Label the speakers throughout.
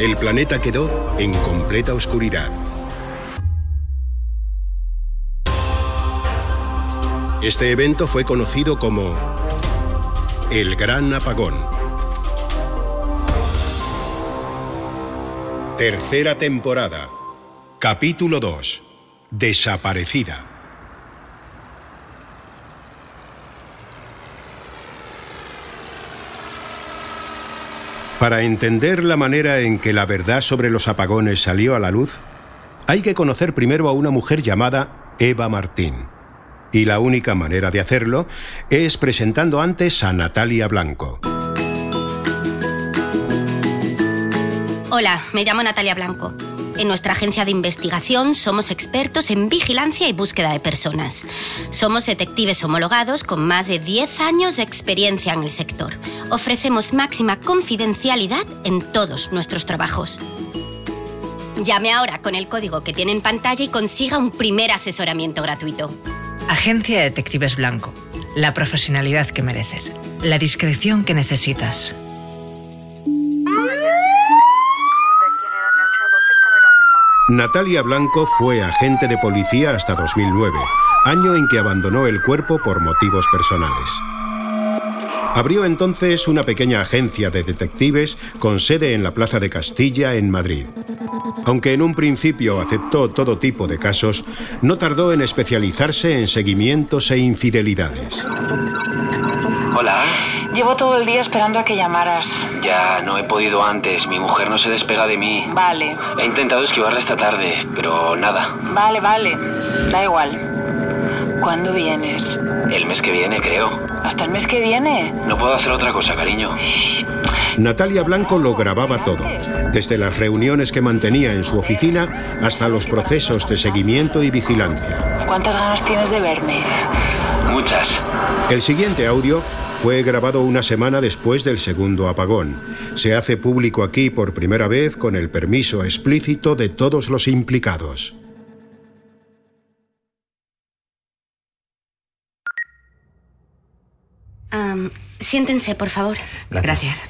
Speaker 1: El planeta quedó en completa oscuridad. Este evento fue conocido como el Gran Apagón. Tercera temporada. Capítulo 2. Desaparecida. Para entender la manera en que la verdad sobre los apagones salió a la luz, hay que conocer primero a una mujer llamada Eva Martín. Y la única manera de hacerlo es presentando antes a Natalia Blanco.
Speaker 2: Hola, me llamo Natalia Blanco. En nuestra agencia de investigación somos expertos en vigilancia y búsqueda de personas. Somos detectives homologados con más de 10 años de experiencia en el sector. Ofrecemos máxima confidencialidad en todos nuestros trabajos. Llame ahora con el código que tiene en pantalla y consiga un primer asesoramiento gratuito.
Speaker 3: Agencia de Detectives Blanco. La profesionalidad que mereces. La discreción que necesitas.
Speaker 1: Natalia Blanco fue agente de policía hasta 2009, año en que abandonó el cuerpo por motivos personales. Abrió entonces una pequeña agencia de detectives con sede en la Plaza de Castilla, en Madrid. Aunque en un principio aceptó todo tipo de casos, no tardó en especializarse en seguimientos e infidelidades.
Speaker 4: Hola,
Speaker 5: Llevo todo el día esperando a que llamaras.
Speaker 4: ya no he podido antes, mi mujer no se despega de mí.
Speaker 5: Vale,
Speaker 4: He intentado esquivarla esta tarde, pero nada.
Speaker 5: vale, vale. Da igual. ¿Cuándo vienes?
Speaker 4: El mes que viene, creo.
Speaker 5: Hasta el mes que viene.
Speaker 4: No puedo hacer otra cosa, cariño.
Speaker 1: Natalia Blanco lo grababa todo, desde las reuniones que mantenía en su oficina hasta los procesos de seguimiento y vigilancia.
Speaker 5: ¿Cuántas ganas tienes de verme?
Speaker 4: Muchas.
Speaker 1: El siguiente audio fue grabado una semana después del segundo apagón. Se hace público aquí por primera vez con el permiso explícito de todos los implicados.
Speaker 2: Am, siéntense, por favor.
Speaker 3: Gracias.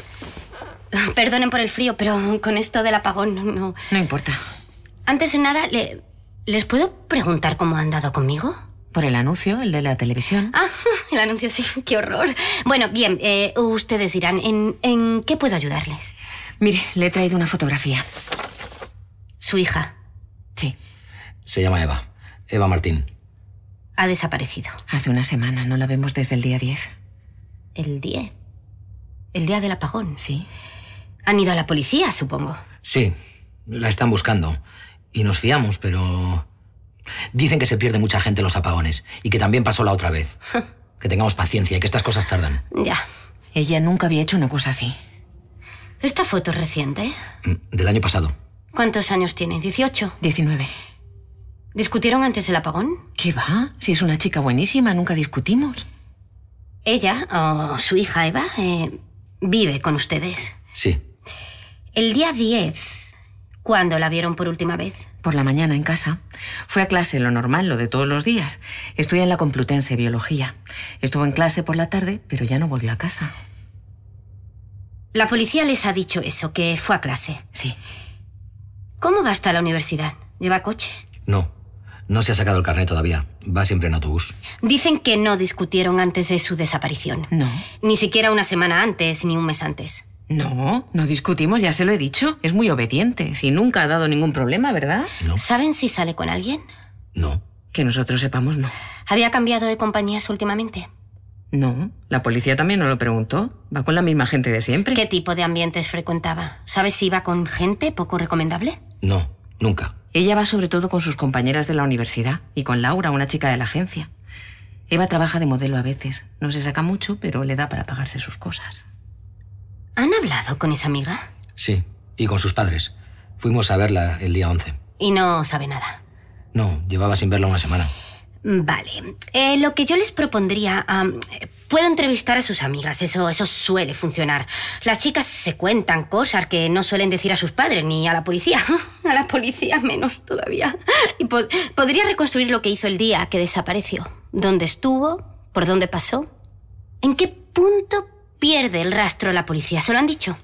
Speaker 2: Perdonen por el frío, pero con esto del apagón no- no.
Speaker 3: No importa.
Speaker 2: Antes de nada, le- ¿les puedo preguntar cómo han dado conmigo?
Speaker 3: Por el anuncio, el de la televisión.
Speaker 2: Ah, el anuncio sí, qué horror. Bueno, bien, eh, ustedes dirán, ¿en, en qué puedo ayudarles?
Speaker 3: Mire, le he traído una fotografía.
Speaker 2: Su hija
Speaker 3: Sí,
Speaker 6: Se llama Eva. Eva Martín.
Speaker 2: ha desaparecido.
Speaker 3: hace una semana, no la vemos desde el día 10.
Speaker 2: El 10. El día del apagón.
Speaker 3: Sí.
Speaker 2: Han ido a la policía, supongo.
Speaker 6: Sí, la están buscando. Y nos fiamos, pero... Dicen que se pierde mucha gente en los apagones y que también pasó la otra vez. Que tengamos paciencia y que estas cosas tardan.
Speaker 2: Ya.
Speaker 3: Ella nunca había hecho una cosa así.
Speaker 2: Esta foto es reciente. ¿eh?
Speaker 6: Mm, Del año pasado.
Speaker 2: ¿Cuántos años tiene? ¿18?
Speaker 3: 19.
Speaker 2: ¿Discutieron antes del apagón?
Speaker 3: ¿Qué va? Si es una chica buenísima, nunca discutimos.
Speaker 2: Ella, o su hija Eva, eh, vive con ustedes.
Speaker 6: Sí.
Speaker 2: El día 10, ¿cuándo la vieron por última vez?
Speaker 3: Por la mañana en casa. Fue a clase, lo normal, lo de todos los días. Estudia en la Complutense Biología. Estuvo en clase por la tarde, pero ya no volvió a casa.
Speaker 2: La policía les ha dicho eso, que fue a clase.
Speaker 3: Sí.
Speaker 2: ¿Cómo va hasta la universidad? ¿Lleva coche?
Speaker 6: No. No se ha sacado el carnet todavía. Va siempre en autobús.
Speaker 2: Dicen que no discutieron antes de su desaparición.
Speaker 3: No.
Speaker 2: Ni siquiera una semana antes, ni un mes antes.
Speaker 3: No, no discutimos, ya se lo he dicho. Es muy obediente. Si nunca ha dado ningún problema, ¿verdad?
Speaker 6: No.
Speaker 2: ¿Saben si sale con alguien?
Speaker 6: No.
Speaker 3: Que nosotros sepamos, no.
Speaker 2: ¿Había cambiado de compañías últimamente?
Speaker 3: No. La policía también no lo preguntó. Va con la misma gente de siempre.
Speaker 2: ¿Qué tipo de ambientes frecuentaba? ¿Sabes si iba con gente poco recomendable?
Speaker 6: No. Nunca.
Speaker 3: Ella va sobre todo con sus compañeras de la universidad y con Laura, una chica de la agencia. Eva trabaja de modelo a veces. No se saca mucho, pero le da para pagarse sus cosas.
Speaker 2: ¿Han hablado con esa amiga?
Speaker 6: Sí. Y con sus padres. Fuimos a verla el día 11.
Speaker 2: Y no sabe nada.
Speaker 6: No, llevaba sin verla una semana.
Speaker 2: Vale. Eh, lo que yo les propondría... am, eh, puedo entrevistar a sus amigas, eso, eso suele funcionar. Las chicas se cuentan cosas que no suelen decir a sus padres ni a la policía. A la policía menos todavía. Y po- podría reconstruir lo que hizo el día que desapareció. ¿Dónde estuvo? ¿Por dónde pasó? ¿En qué punto pierde el rastro la policía? ¿Se lo han dicho?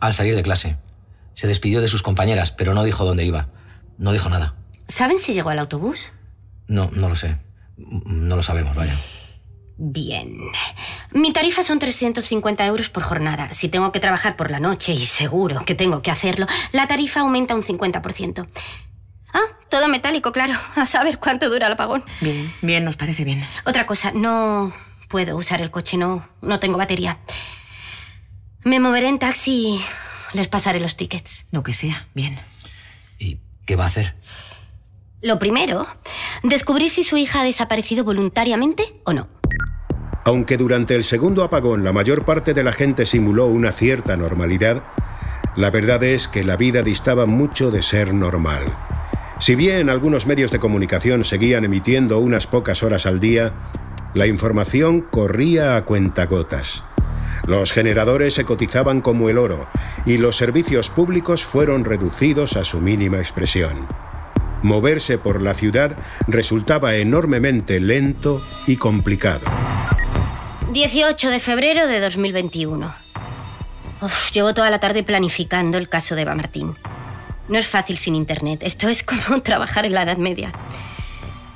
Speaker 6: Al salir de clase. Se despidió de sus compañeras, pero no dijo dónde iba. No dijo nada.
Speaker 2: ¿Saben si llegó al autobús?
Speaker 6: No, no lo sé. M- No lo sabemos, vaya.
Speaker 2: Bien. Mi tarifa son 350 euros por jornada. Si tengo que trabajar por la noche, y seguro que tengo que hacerlo, la tarifa aumenta un 50%. Ah, todo metálico, claro. A saber cuánto dura el apagón.
Speaker 3: Bien, bien, nos parece bien.
Speaker 2: Otra cosa, no puedo usar el coche, no, no tengo batería. Me moveré en taxi y les pasaré los tickets.
Speaker 3: Lo que sea, bien.
Speaker 6: ¿Y qué va a hacer?
Speaker 2: Lo primero, descubrir si su hija ha desaparecido voluntariamente o no.
Speaker 1: Aunque durante el segundo apagón la mayor parte de la gente simuló una cierta normalidad, la verdad es que la vida distaba mucho de ser normal. Si bien algunos medios de comunicación seguían emitiendo unas pocas horas al día, la información corría a cuentagotas. Los generadores se cotizaban como el oro y los servicios públicos fueron reducidos a su mínima expresión. Moverse por la ciudad resultaba enormemente lento y complicado.
Speaker 2: 18 de febrero de 2021. Uf, llevo toda la tarde planificando el caso de Eva Martín. No es fácil sin internet. Esto es como trabajar en la Edad Media.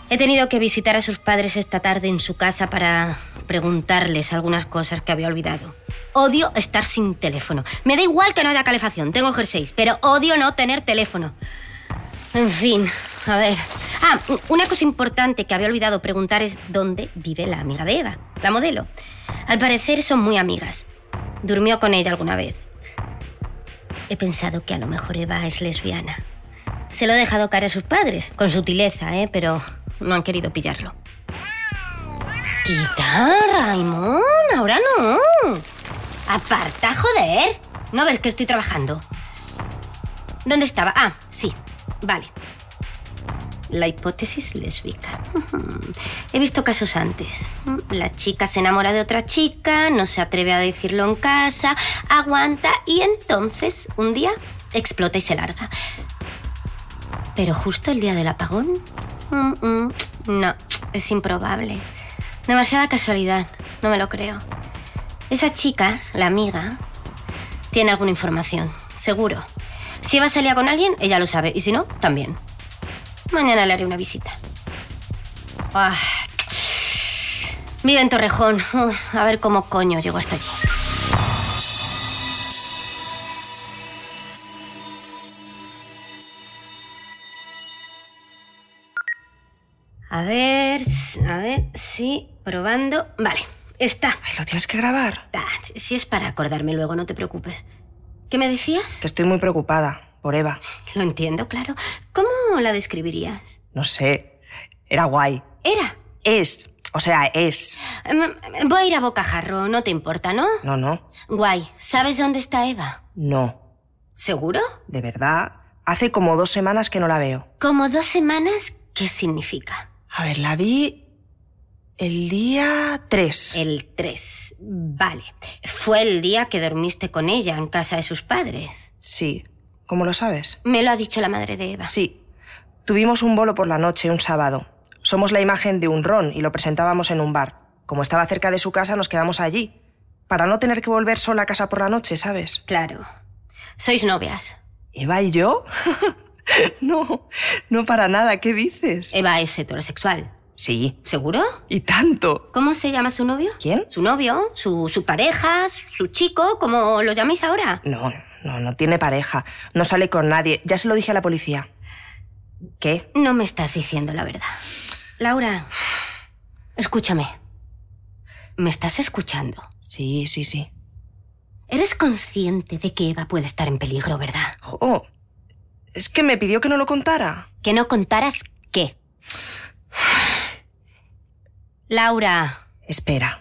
Speaker 2: He tenido que visitar a sus padres esta tarde en su casa para preguntarles algunas cosas que había olvidado. Odio estar sin teléfono. Me da igual que no haya calefacción, tengo jerseys, pero odio no tener teléfono. En fin, a ver. Ah, u- una cosa importante que había olvidado preguntar es dónde vive la amiga de Eva, la modelo. Al parecer son muy amigas. Durmió con ella alguna vez. He pensado que a lo mejor Eva es lesbiana. Se lo he dejado caer a sus padres, con sutileza, ¿eh? pero no han querido pillarlo. Quita, Raimón, ahora no. Aparta, joder. No ves que estoy trabajando. ¿Dónde estaba? Ah, sí. Vale. La hipótesis lesbica. Ujú. He visto casos antes. La chica se enamora de otra chica, no se atreve a decirlo en casa, aguanta y entonces un día explota y se larga. Pero justo el día del apagón... mm, mm, No, es improbable. Demasiada casualidad, no me lo creo. Esa chica, la amiga, tiene alguna información, seguro. Si Eva salía con alguien, ella lo sabe, y si no, también. Mañana le haré una visita. Ah. Vive en Torrejón. Uh, A ver cómo coño llego hasta allí. A ver, s- a ver, sí, probando. Vale, está.
Speaker 7: Ay, lo tienes que grabar.
Speaker 2: Ah, Si es para acordarme luego, no te preocupes. ¿Qué me decías?
Speaker 7: Que estoy muy preocupada por Eva.
Speaker 2: Lo entiendo, claro. ¿Cómo la describirías?
Speaker 7: No sé. Era guay.
Speaker 2: Era.
Speaker 7: Es. O sea, es.
Speaker 2: Em, Voy a ir a Bocajarro, no te importa, ¿no?
Speaker 7: No, no.
Speaker 2: Guay, ¿sabes dónde está Eva?
Speaker 7: No.
Speaker 2: ¿Seguro?
Speaker 7: De verdad. Hace como dos semanas que no la veo.
Speaker 2: Como dos semanas, ¿qué significa?
Speaker 7: A ver, la vi el día 3.
Speaker 2: El 3. Vale. Fue el día que dormiste con ella en casa de sus padres.
Speaker 7: Sí. ¿Cómo lo sabes?
Speaker 2: Me lo ha dicho la madre de Eva.
Speaker 7: Sí. Tuvimos un bolo por la noche un sábado. Somos la imagen de un ron y lo presentábamos en un bar. Como estaba cerca de su casa, nos quedamos allí. Para no tener que volver sola a casa por la noche, ¿sabes?
Speaker 2: Claro. Sois novias.
Speaker 7: ¿Eva y yo? no, no para nada. ¿Qué dices?
Speaker 2: Eva es heterosexual.
Speaker 7: Em, Sí.
Speaker 2: ¿Seguro?
Speaker 7: Y tanto.
Speaker 2: ¿Cómo se llama su novio?
Speaker 7: ¿Quién?
Speaker 2: Su novio, su, su pareja, su chico, como lo llaméis ahora.
Speaker 7: No, no, no tiene pareja. No sale con nadie. Ya se lo dije a la policía. ¿Qué?
Speaker 2: No me estás diciendo la verdad. Laura, escúchame. ¿Me estás escuchando?
Speaker 7: Sí, sí, sí.
Speaker 2: Eres consciente de que Eva puede estar en peligro, ¿verdad?
Speaker 7: Jo, oh, es que me pidió que no lo contara.
Speaker 2: Que no contaras qué. Laura,
Speaker 7: Espera.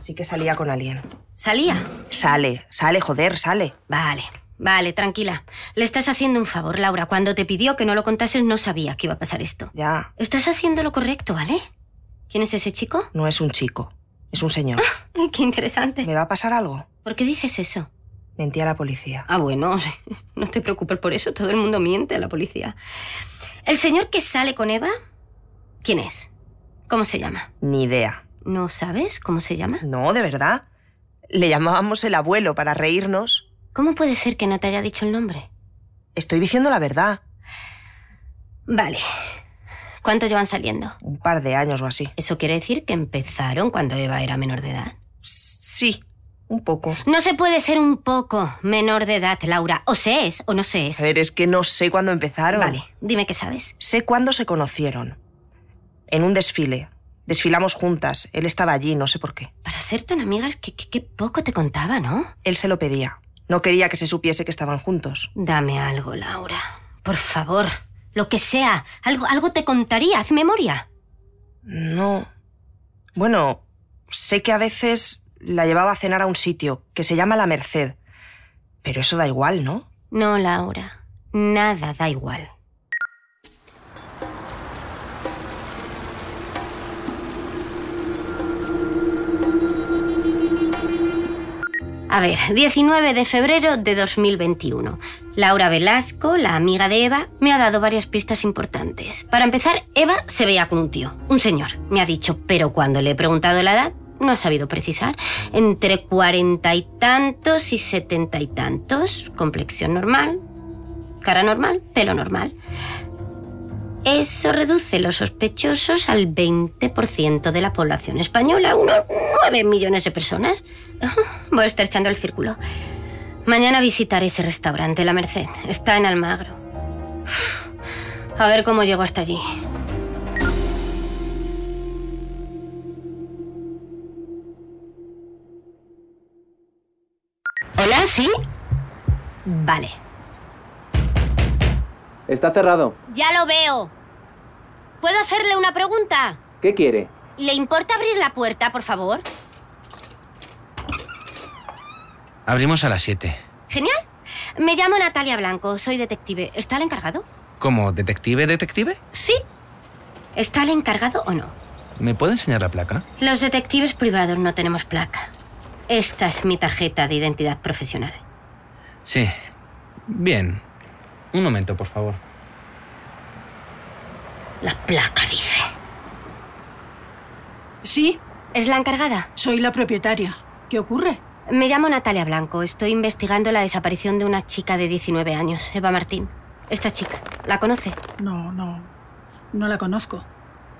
Speaker 7: Sí que salía con alguien.
Speaker 2: ¿salía?
Speaker 7: Sale, sale, joder, sale.
Speaker 2: Vale. Vale, tranquila. Le estás haciendo un favor, Laura. Cuando te pidió que no lo contases, no sabía que iba a pasar esto.
Speaker 7: Ya,
Speaker 2: Estás haciendo lo correcto, ¿vale? ¿Quién es ese chico?
Speaker 7: no es un chico, es un señor.
Speaker 2: Ay, qué interesante.
Speaker 7: ¿Me va a pasar algo?
Speaker 2: ¿Por qué dices eso?
Speaker 7: Mentía la policía.
Speaker 2: Ah, bueno, no te preocupes por eso. Todo el mundo miente a la policía. ¿El señor que sale con Eva? ¿Quién es? ¿Cómo se llama?
Speaker 7: Ni idea.
Speaker 2: ¿No sabes cómo se llama?
Speaker 7: No, de verdad. Le llamábamos el abuelo para reírnos.
Speaker 2: ¿Cómo puede ser que no te haya dicho el nombre?
Speaker 7: Estoy diciendo la verdad.
Speaker 2: Vale. ¿Cuánto llevan saliendo?
Speaker 7: Un par de años o así.
Speaker 2: Eso quiere decir que empezaron cuando Eva era menor de edad.
Speaker 7: Sí, un poco.
Speaker 2: No se puede ser un poco menor de edad, Laura. O se es o no se es.
Speaker 7: A ver, es que no sé cuándo empezaron.
Speaker 2: Vale, dime qué sabes.
Speaker 7: Sé cuándo se conocieron. En un desfile. Desfilamos juntas. Él estaba allí, no sé por qué.
Speaker 2: Para ser tan amigas, que qué, qué poco te contaba, ¿no?
Speaker 7: Él se lo pedía. No quería que se supiese que estaban juntos.
Speaker 2: Dame algo, Laura. Por favor, lo que sea. Algo, algo te contaría. Haz memoria.
Speaker 7: No. Bueno, sé que a veces la llevaba a cenar a un sitio que se llama La Merced. Pero eso da igual, ¿no?
Speaker 2: No, Laura. Nada da igual. A ver, 19 de febrero de 2021. Laura Velasco, la amiga de Eva, me ha dado varias pistas importantes. Para empezar, Eva se veía con un tío, un señor, me ha dicho, pero cuando le he preguntado la edad, no ha sabido precisar. Entre cuarenta y tantos y setenta y tantos, complexión normal, cara normal, pelo normal. Eso reduce los sospechosos al 20% de la población española, unos 9 millones de personas. Voy estrechando el círculo. Mañana visitaré ese restaurante, La Merced. Está en Almagro. Uf, A ver cómo llego hasta allí. ¿Hola? ¿Sí? Vale.
Speaker 4: Está cerrado.
Speaker 2: Ya lo veo. ¿Puedo hacerle una pregunta?
Speaker 4: ¿Qué quiere?
Speaker 2: ¿Le importa abrir la puerta, por favor?
Speaker 8: Abrimos a las 7.
Speaker 2: Genial. Me llamo Natalia Blanco, soy detective. ¿Está el encargado?
Speaker 8: ¿Cómo? ¿Detective, detective?
Speaker 2: Sí. ¿Está el encargado o no?
Speaker 8: ¿Me puede enseñar la placa?
Speaker 2: Los detectives privados no tenemos placa. Esta es mi tarjeta de identidad profesional.
Speaker 8: Sí. Bien. Un momento, por favor.
Speaker 2: La placa dice.
Speaker 9: Sí,
Speaker 2: ¿Es la encargada?
Speaker 9: soy la propietaria. ¿Qué ocurre?
Speaker 2: Me llamo Natalia Blanco. Estoy investigando la desaparición de una chica de 19 años, Eva Martín. Esta chica, ¿la conoce?
Speaker 9: No, no. No la conozco.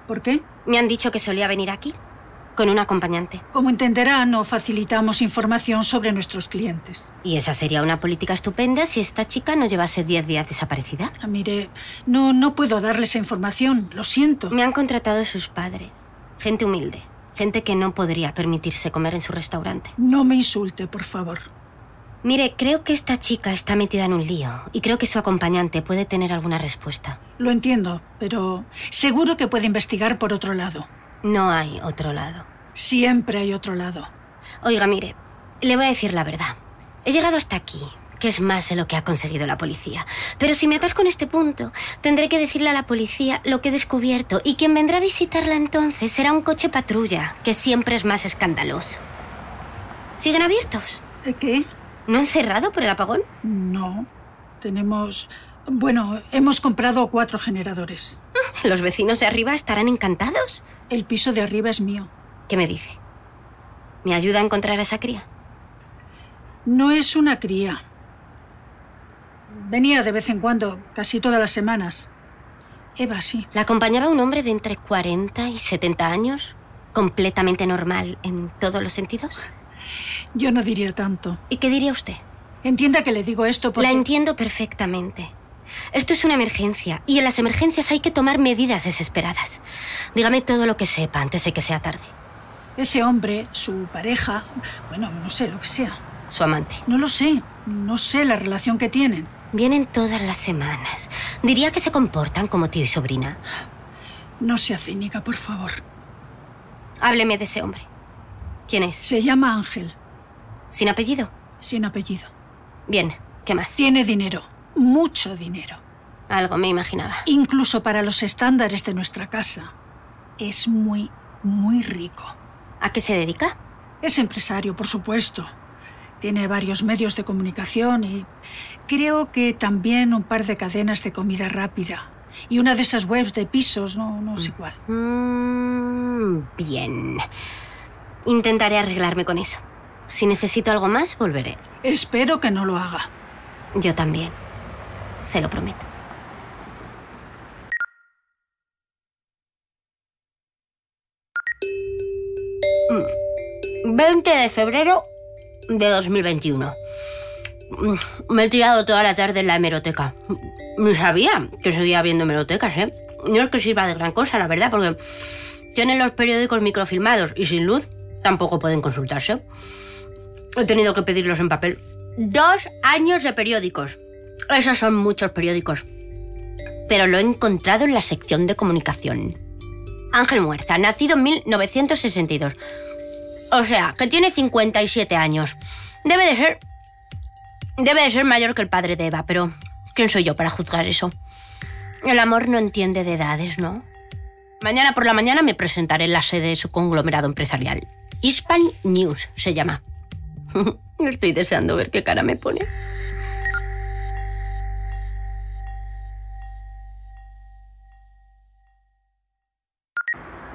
Speaker 9: ¿Por qué?
Speaker 2: Me han dicho que solía venir aquí con un acompañante.
Speaker 9: Como entenderá, no facilitamos información sobre nuestros clientes.
Speaker 2: Y esa sería una política estupenda si esta chica no llevase 10 días desaparecida.
Speaker 9: Ah, Mire, no, no puedo darle esa información. Lo siento.
Speaker 2: Me han contratado sus padres. Gente humilde. Gente que no podría permitirse comer en su restaurante.
Speaker 9: No me insulte, por favor.
Speaker 2: Mire, creo que esta chica está metida en un lío y creo que su acompañante puede tener alguna respuesta.
Speaker 9: Lo entiendo, pero seguro que puede investigar por otro lado.
Speaker 2: No hay otro lado.
Speaker 9: Siempre hay otro lado.
Speaker 2: Oiga, mire, le voy a decir la verdad. He llegado hasta aquí, que es más de lo que ha conseguido la policía. Pero si me atasco en este punto, tendré que decirle a la policía lo que he descubierto y quien vendrá a visitarla entonces será un coche patrulla, que siempre es más escandaloso. ¿Siguen abiertos?
Speaker 9: ¿Eh, ¿Qué?
Speaker 2: ¿No han cerrado por el apagón?
Speaker 9: No. Tenemos... Bueno, hemos comprado cuatro generadores.
Speaker 2: Los vecinos de arriba estarán encantados.
Speaker 9: El piso de arriba es mío.
Speaker 2: ¿Qué me dice? ¿Me ayuda a encontrar a esa cría?
Speaker 9: No es una cría. Venía de vez en cuando, casi todas las semanas. Eva, sí.
Speaker 2: La acompañaba un hombre de entre 40 y 70 años, completamente normal en todos los sentidos.
Speaker 9: Yo no diría tanto.
Speaker 2: ¿Y qué diría usted?
Speaker 9: Entienda que le digo esto porque...
Speaker 2: La entiendo perfectamente. Esto es una emergencia y en las emergencias hay que tomar medidas desesperadas. Dígame todo lo que sepa antes de que sea tarde.
Speaker 9: Ese hombre, su pareja, bueno, no sé lo que sea.
Speaker 2: Su amante.
Speaker 9: No lo sé. No sé la relación que tienen.
Speaker 2: Vienen todas las semanas. Diría que se comportan como tío y sobrina.
Speaker 9: No sea cínica, por favor.
Speaker 2: Hábleme de ese hombre. ¿Quién es?
Speaker 9: Se llama Ángel,
Speaker 2: ¿Sin apellido?
Speaker 9: sin apellido.
Speaker 2: Bien. ¿Qué más?
Speaker 9: Tiene dinero, mucho dinero.
Speaker 2: Algo me imaginaba.
Speaker 9: Incluso para los estándares de nuestra casa. Es muy, muy rico.
Speaker 2: ¿A qué se dedica?
Speaker 9: Es empresario, por supuesto. Tiene varios medios de comunicación y creo que también un par de cadenas de comida rápida. Y una de esas webs de pisos, no, no sé cuál.
Speaker 2: Mm, bien. Intentaré arreglarme con eso. Si necesito algo más, volveré.
Speaker 9: Espero que no lo haga.
Speaker 2: Yo también. Se lo prometo. Mm. 20 de febrero de 2021. Mm, Me he tirado toda la tarde en la hemeroteca. No sabía que seguía viendo hemerotecas, ¿eh? No es que sirva de gran cosa, la verdad, porque tienen los periódicos microfilmados y sin luz tampoco pueden consultarse. He tenido que pedirlos en papel. Dos años de periódicos. Esos son muchos periódicos. Pero lo he encontrado en la sección de comunicación. Ángel Muerza, nacido en 1962. O sea, que tiene 57 años. Debe de ser... Debe de ser mayor que el padre de Eva, pero... ¿Quién soy yo para juzgar eso? El amor no entiende de edades, ¿no? Mañana por la mañana me presentaré en la sede de su conglomerado empresarial. Hispan News se llama. Estoy deseando ver qué cara me pone.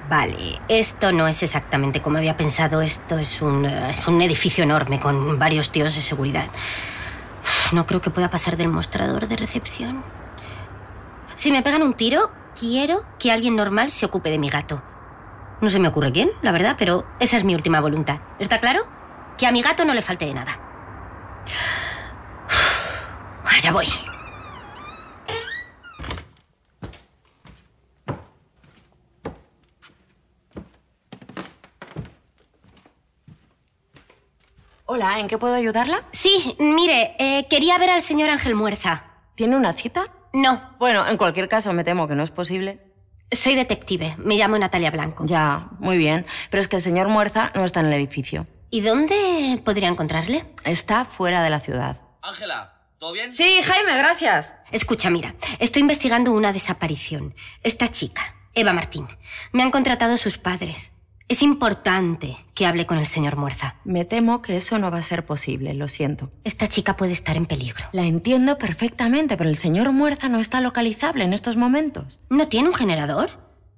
Speaker 2: Vale, esto no es exactamente como había pensado. Esto es un, eh, es un edificio enorme con varios tíos de seguridad. Uf, No creo que pueda pasar del mostrador de recepción. Si me pegan un tiro, quiero que alguien normal se ocupe de mi gato. No se me ocurre quién, la verdad, pero esa es mi última voluntad. ¿Está claro? Que a mi gato no le falte de nada. Uf, Allá voy.
Speaker 10: Hola, ¿en qué puedo ayudarla?
Speaker 2: Sí, mire, eh, quería ver al señor Ángel Muerza.
Speaker 10: ¿Tiene una cita?
Speaker 2: No,
Speaker 10: Bueno, en cualquier caso, me temo que no es posible.
Speaker 2: soy detective. Me llamo Natalia Blanco.
Speaker 10: Ya, muy bien. Pero es que el señor Muerza no está en el edificio.
Speaker 2: ¿Y dónde podría encontrarle?
Speaker 10: Está fuera de la ciudad.
Speaker 4: Ángela, ¿todo bien?
Speaker 10: Sí, Jaime, gracias.
Speaker 2: Escucha, mira, estoy investigando una desaparición. Esta chica, Eva Martín, me han contratado sus padres. Es importante que hable con el señor Muerza.
Speaker 10: Me temo que eso no va a ser posible, lo siento.
Speaker 2: Esta chica puede estar en peligro.
Speaker 10: La entiendo perfectamente, pero el señor Muerza no está localizable en estos momentos.
Speaker 2: ¿No tiene un generador?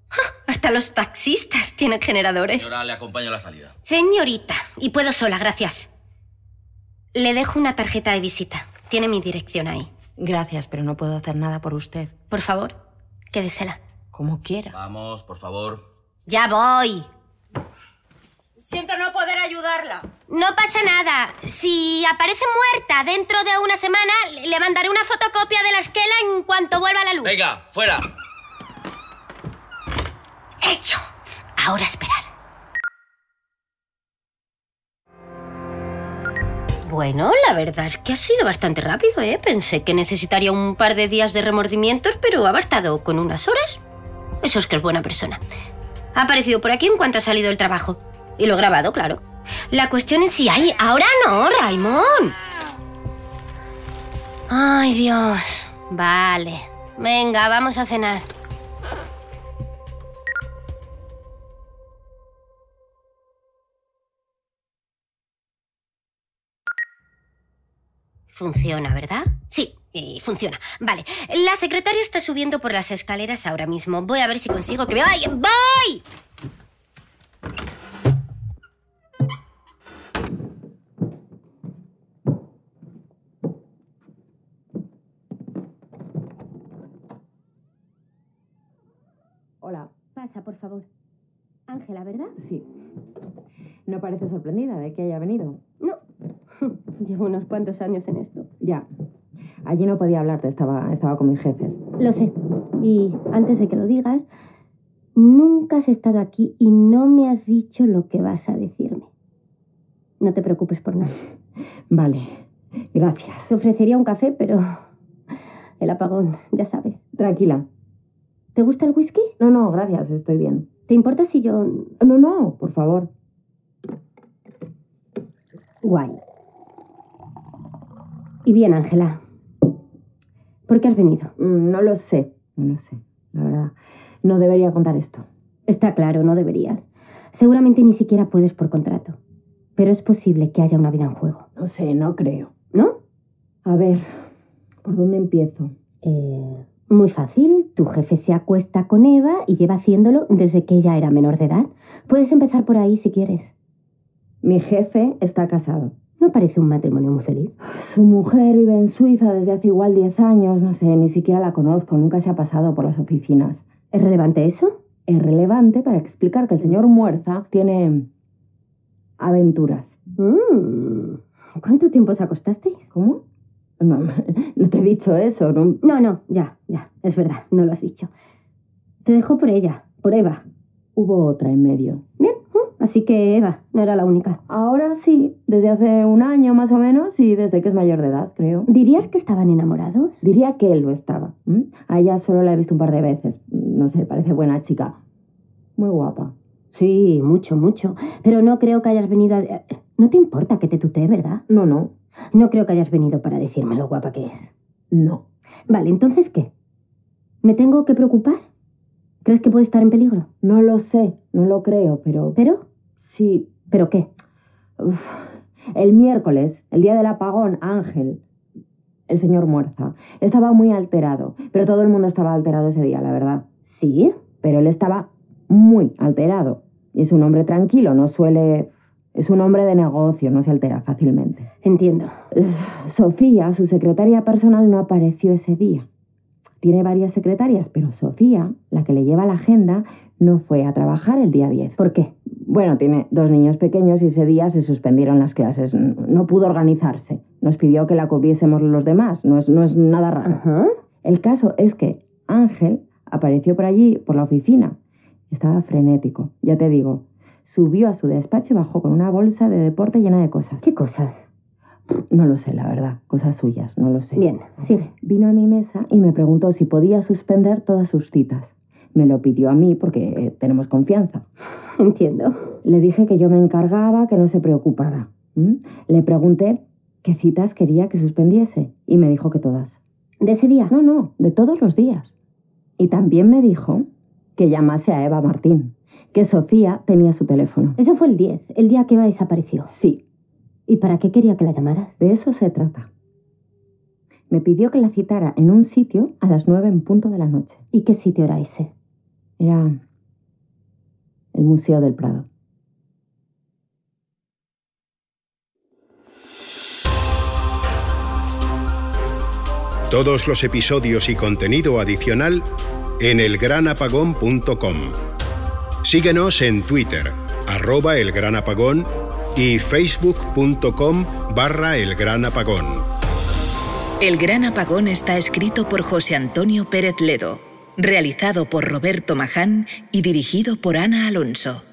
Speaker 2: ¡Ja! Hasta los taxistas tienen generadores.
Speaker 4: Señora, le acompaño a la salida.
Speaker 2: Señorita, y puedo sola, gracias. Le dejo una tarjeta de visita. Tiene mi dirección ahí.
Speaker 10: Gracias, pero no puedo hacer nada por usted.
Speaker 2: Por favor, quédesela.
Speaker 10: Como quiera.
Speaker 4: Vamos, por favor.
Speaker 2: Ya voy.
Speaker 10: Siento no poder ayudarla.
Speaker 2: No pasa nada. Si aparece muerta dentro de una semana, le- le mandaré una fotocopia de la esquela en cuanto vuelva la luz.
Speaker 4: Venga, fuera.
Speaker 2: Hecho. Ahora esperar. Bueno, la verdad es que ha sido bastante rápido, ¿eh? Pensé que necesitaría un par de días de remordimientos, pero ha bastado con unas horas. Eso es que es buena persona. Ha aparecido por aquí en cuanto ha salido el trabajo. Y lo he grabado, claro. La cuestión es si hay... Ahora no, Raimón. Ay, Dios. Vale. Venga, vamos a cenar. Funciona, ¿verdad? Sí, eh, funciona. Vale. La secretaria está subiendo por las escaleras ahora mismo. Voy a ver si consigo que me vaya. ¡Voy!
Speaker 10: Hola.
Speaker 2: Pasa, por favor. Ángela, ¿verdad?
Speaker 10: Sí. No parece sorprendida de que haya venido.
Speaker 2: No. Llevo unos cuantos años en esto.
Speaker 10: Ya. Allí no podía hablarte, estaba, estaba con mis jefes.
Speaker 2: Lo sé. Y antes de que lo digas, nunca has estado aquí y no me has dicho lo que vas a decirme. No te preocupes por nada.
Speaker 10: Vale. Gracias.
Speaker 2: Te ofrecería un café, pero... El apagón, ya sabes.
Speaker 10: Tranquila.
Speaker 2: ¿Te gusta el whisky?
Speaker 10: No, no, gracias, estoy bien.
Speaker 2: ¿Te importa si yo
Speaker 10: No, no, por favor.
Speaker 2: Guay. Y bien, Ángela. ¿Por qué has venido?
Speaker 3: Mm, No lo sé, no lo sé, la verdad. No debería contar esto.
Speaker 2: Está claro, no deberías. Seguramente ni siquiera puedes por contrato. Pero es posible que haya una vida en juego.
Speaker 3: No sé, no creo.
Speaker 2: ¿No?
Speaker 3: A ver, ¿por dónde empiezo?
Speaker 2: Eh, muy fácil. Tu jefe se acuesta con Eva y lleva haciéndolo desde que ella era menor de edad. Puedes empezar por ahí si quieres.
Speaker 3: Mi jefe está casado.
Speaker 2: No parece un matrimonio muy feliz.
Speaker 3: Su mujer vive en Suiza desde hace igual 10 años, no sé, ni siquiera la conozco, nunca se ha pasado por las oficinas.
Speaker 2: ¿Es relevante eso?
Speaker 3: Es relevante para explicar que el señor Muerza tiene aventuras.
Speaker 2: Mm. ¿Cuánto tiempo os acostasteis?
Speaker 3: ¿Cómo? No, no te he dicho eso, ¿no?
Speaker 2: No, no, ya, ya, es verdad, no lo has dicho. Te dejó por ella, por Eva.
Speaker 3: Hubo otra en medio.
Speaker 2: Bien, así que Eva no era la única.
Speaker 3: Ahora sí, desde hace un año más o menos y desde que es mayor de edad, creo.
Speaker 2: ¿Dirías que estaban enamorados?
Speaker 3: Diría que él lo estaba. ¿Mm? A ella solo la he visto un par de veces. No sé, parece buena chica. Muy guapa.
Speaker 2: Sí, mucho, mucho. Pero no creo que hayas venido a... No te importa que te tutee, ¿verdad?
Speaker 3: No, no.
Speaker 2: No creo que hayas venido para decirme lo guapa que es.
Speaker 3: No.
Speaker 2: Vale, entonces ¿qué? ¿Me tengo que preocupar? ¿Crees que puede estar en peligro?
Speaker 3: No lo sé, no lo creo, pero...
Speaker 2: ¿Pero?
Speaker 3: Sí.
Speaker 2: ¿Pero qué?
Speaker 3: Uf. El miércoles, el día del apagón, Ángel, el señor Muerza, estaba muy alterado, pero todo el mundo estaba alterado ese día, la verdad.
Speaker 2: Sí.
Speaker 3: Pero él estaba muy alterado. Y es un hombre tranquilo, no suele... Es un hombre de negocio, no se altera fácilmente.
Speaker 2: Entiendo.
Speaker 3: Sofía, su secretaria personal, no apareció ese día. Tiene varias secretarias, pero Sofía, la que le lleva la agenda, no fue a trabajar el día 10.
Speaker 2: ¿Por qué?
Speaker 3: Bueno, tiene dos niños pequeños y ese día se suspendieron las clases. No pudo organizarse. Nos pidió que la cubriésemos los demás. No es, no es nada raro.
Speaker 2: Ajá.
Speaker 3: El caso es que Ángel apareció por allí, por la oficina. Estaba frenético, ya te digo. Subió a su despacho y bajó con una bolsa de deporte llena de cosas.
Speaker 2: ¿Qué cosas?
Speaker 3: No lo sé, la verdad. Cosas suyas, no lo sé.
Speaker 2: Bien, sigue.
Speaker 3: Vino a mi mesa y me preguntó si podía suspender todas sus citas. Me lo pidió a mí porque eh, tenemos confianza.
Speaker 2: Entiendo.
Speaker 3: Le dije que yo me encargaba, que no se preocupara. ¿Mm? Le pregunté qué citas quería que suspendiese y me dijo que todas.
Speaker 2: ¿De ese día?
Speaker 3: No, no, de todos los días. Y también me dijo que llamase a Eva Martín, que Sofía tenía su teléfono.
Speaker 2: Eso fue el 10, el día que Eva desapareció.
Speaker 3: Sí,
Speaker 2: ¿Y para qué quería que la llamara?
Speaker 3: De eso se trata. Me pidió que la citara en un sitio a las nueve en punto de la noche.
Speaker 2: ¿Y qué sitio era ese?
Speaker 3: Era el Museo del Prado.
Speaker 1: Todos los episodios y contenido adicional en elgranapagón.com. Síguenos en Twitter, arroba elgranapagón y facebook.com barra El Gran Apagón.
Speaker 11: El Gran Apagón está escrito por José Antonio Pérez Ledo, realizado por Roberto Maján y dirigido por Ana Alonso.